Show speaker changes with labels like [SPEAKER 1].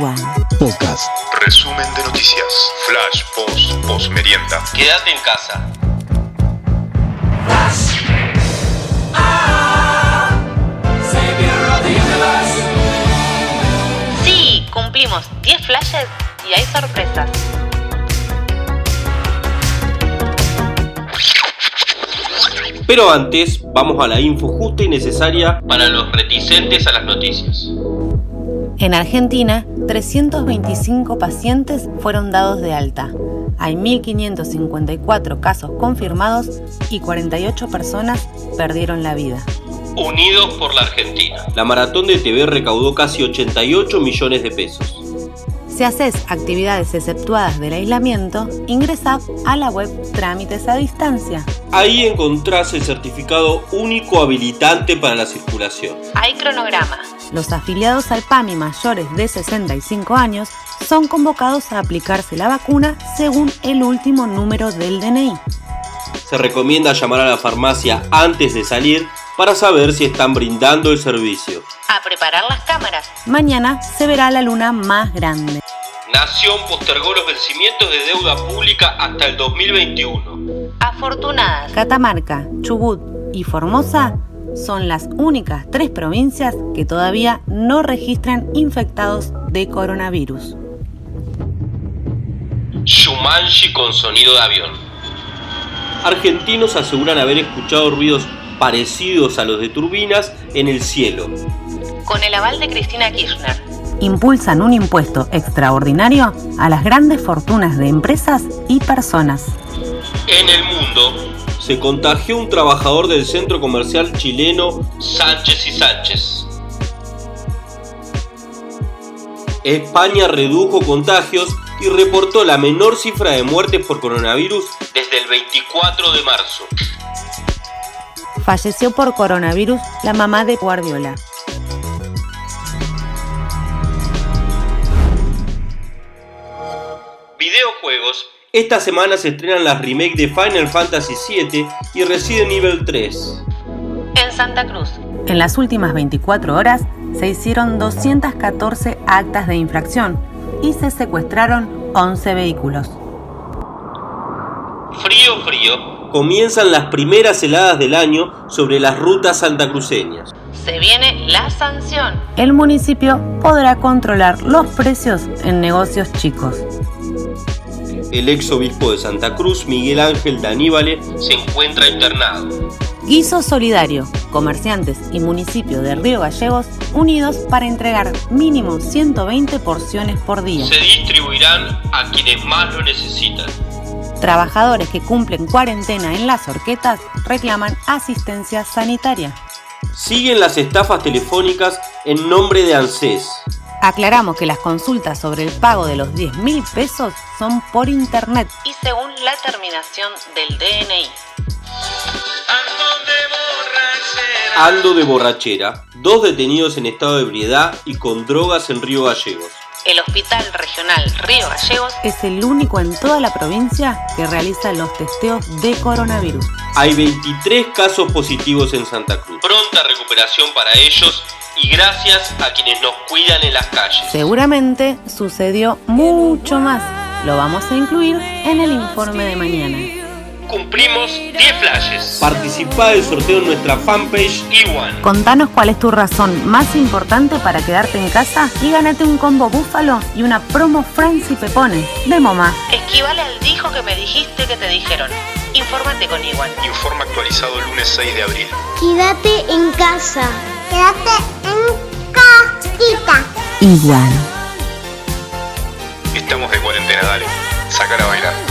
[SPEAKER 1] One.
[SPEAKER 2] Podcast.
[SPEAKER 3] Resumen de noticias. Flash post post merienda.
[SPEAKER 4] Quédate en casa.
[SPEAKER 5] Sí, cumplimos 10 flashes y hay sorpresas.
[SPEAKER 6] Pero antes, vamos a la info justa y necesaria.
[SPEAKER 4] Para los reticentes a las noticias.
[SPEAKER 5] En Argentina, 325 pacientes fueron dados de alta. Hay 1.554 casos confirmados y 48 personas perdieron la vida.
[SPEAKER 4] Unidos por la Argentina.
[SPEAKER 6] La maratón de TV recaudó casi 88 millones de pesos.
[SPEAKER 5] Si haces actividades exceptuadas del aislamiento, ingresa a la web Trámites a Distancia.
[SPEAKER 6] Ahí encontrás el certificado único habilitante para la circulación.
[SPEAKER 5] Hay cronograma. Los afiliados al PAMI mayores de 65 años son convocados a aplicarse la vacuna según el último número del DNI.
[SPEAKER 6] Se recomienda llamar a la farmacia antes de salir para saber si están brindando el servicio.
[SPEAKER 5] A preparar las cámaras. Mañana se verá la luna más grande.
[SPEAKER 4] Nación postergó los vencimientos de deuda pública hasta el 2021.
[SPEAKER 5] Afortunadas. Catamarca, Chubut y Formosa son las únicas tres provincias que todavía no registran infectados de coronavirus.
[SPEAKER 4] Shumanji con sonido de avión.
[SPEAKER 6] Argentinos aseguran haber escuchado ruidos parecidos a los de turbinas en el cielo.
[SPEAKER 5] Con el aval de Cristina Kirchner. Impulsan un impuesto extraordinario a las grandes fortunas de empresas y personas.
[SPEAKER 4] En el mundo
[SPEAKER 6] se contagió un trabajador del centro comercial chileno
[SPEAKER 4] Sánchez y Sánchez.
[SPEAKER 6] España redujo contagios y reportó la menor cifra de muertes por coronavirus
[SPEAKER 4] desde el 24 de marzo
[SPEAKER 5] falleció por coronavirus la mamá de Guardiola.
[SPEAKER 4] Videojuegos.
[SPEAKER 6] Esta semana se estrenan las remake de Final Fantasy VII y Resident Evil 3.
[SPEAKER 5] En Santa Cruz. En las últimas 24 horas se hicieron 214 actas de infracción y se secuestraron 11 vehículos.
[SPEAKER 4] Frío, frío
[SPEAKER 6] comienzan las primeras heladas del año sobre las rutas santacruceñas.
[SPEAKER 5] Se viene la sanción. El municipio podrá controlar los precios en negocios chicos.
[SPEAKER 6] El ex obispo de Santa Cruz, Miguel Ángel Daníbales,
[SPEAKER 4] se encuentra internado.
[SPEAKER 5] Guiso Solidario, comerciantes y municipio de Río Gallegos unidos para entregar mínimo 120 porciones por día.
[SPEAKER 4] Se distribuirán a quienes más lo necesitan.
[SPEAKER 5] Trabajadores que cumplen cuarentena en las horquetas reclaman asistencia sanitaria.
[SPEAKER 6] Siguen las estafas telefónicas en nombre de ANSES.
[SPEAKER 5] Aclaramos que las consultas sobre el pago de los 10 mil pesos son por internet y según la terminación del DNI.
[SPEAKER 6] Ando de borrachera, dos detenidos en estado de ebriedad y con drogas en Río Gallegos.
[SPEAKER 5] El Hospital Regional Río Gallegos es el único en toda la provincia que realiza los testeos de coronavirus.
[SPEAKER 6] Hay 23 casos positivos en Santa Cruz.
[SPEAKER 4] Pronta recuperación para ellos y gracias a quienes nos cuidan en las calles.
[SPEAKER 5] Seguramente sucedió mucho más. Lo vamos a incluir en el informe de mañana.
[SPEAKER 4] Cumplimos 10 flashes.
[SPEAKER 6] Participá del sorteo en nuestra fanpage
[SPEAKER 4] Iwan.
[SPEAKER 5] Contanos cuál es tu razón más importante para quedarte en casa y gánate un combo búfalo y una promo Franci Pepone de Momá.
[SPEAKER 7] Esquivale al dijo que me dijiste que te dijeron. Infórmate con Iwan.
[SPEAKER 3] Informe actualizado el lunes 6 de abril.
[SPEAKER 8] Quédate en casa.
[SPEAKER 9] Quédate en casita.
[SPEAKER 1] Iwan.
[SPEAKER 3] Estamos de cuarentena, dale. Sacar a bailar.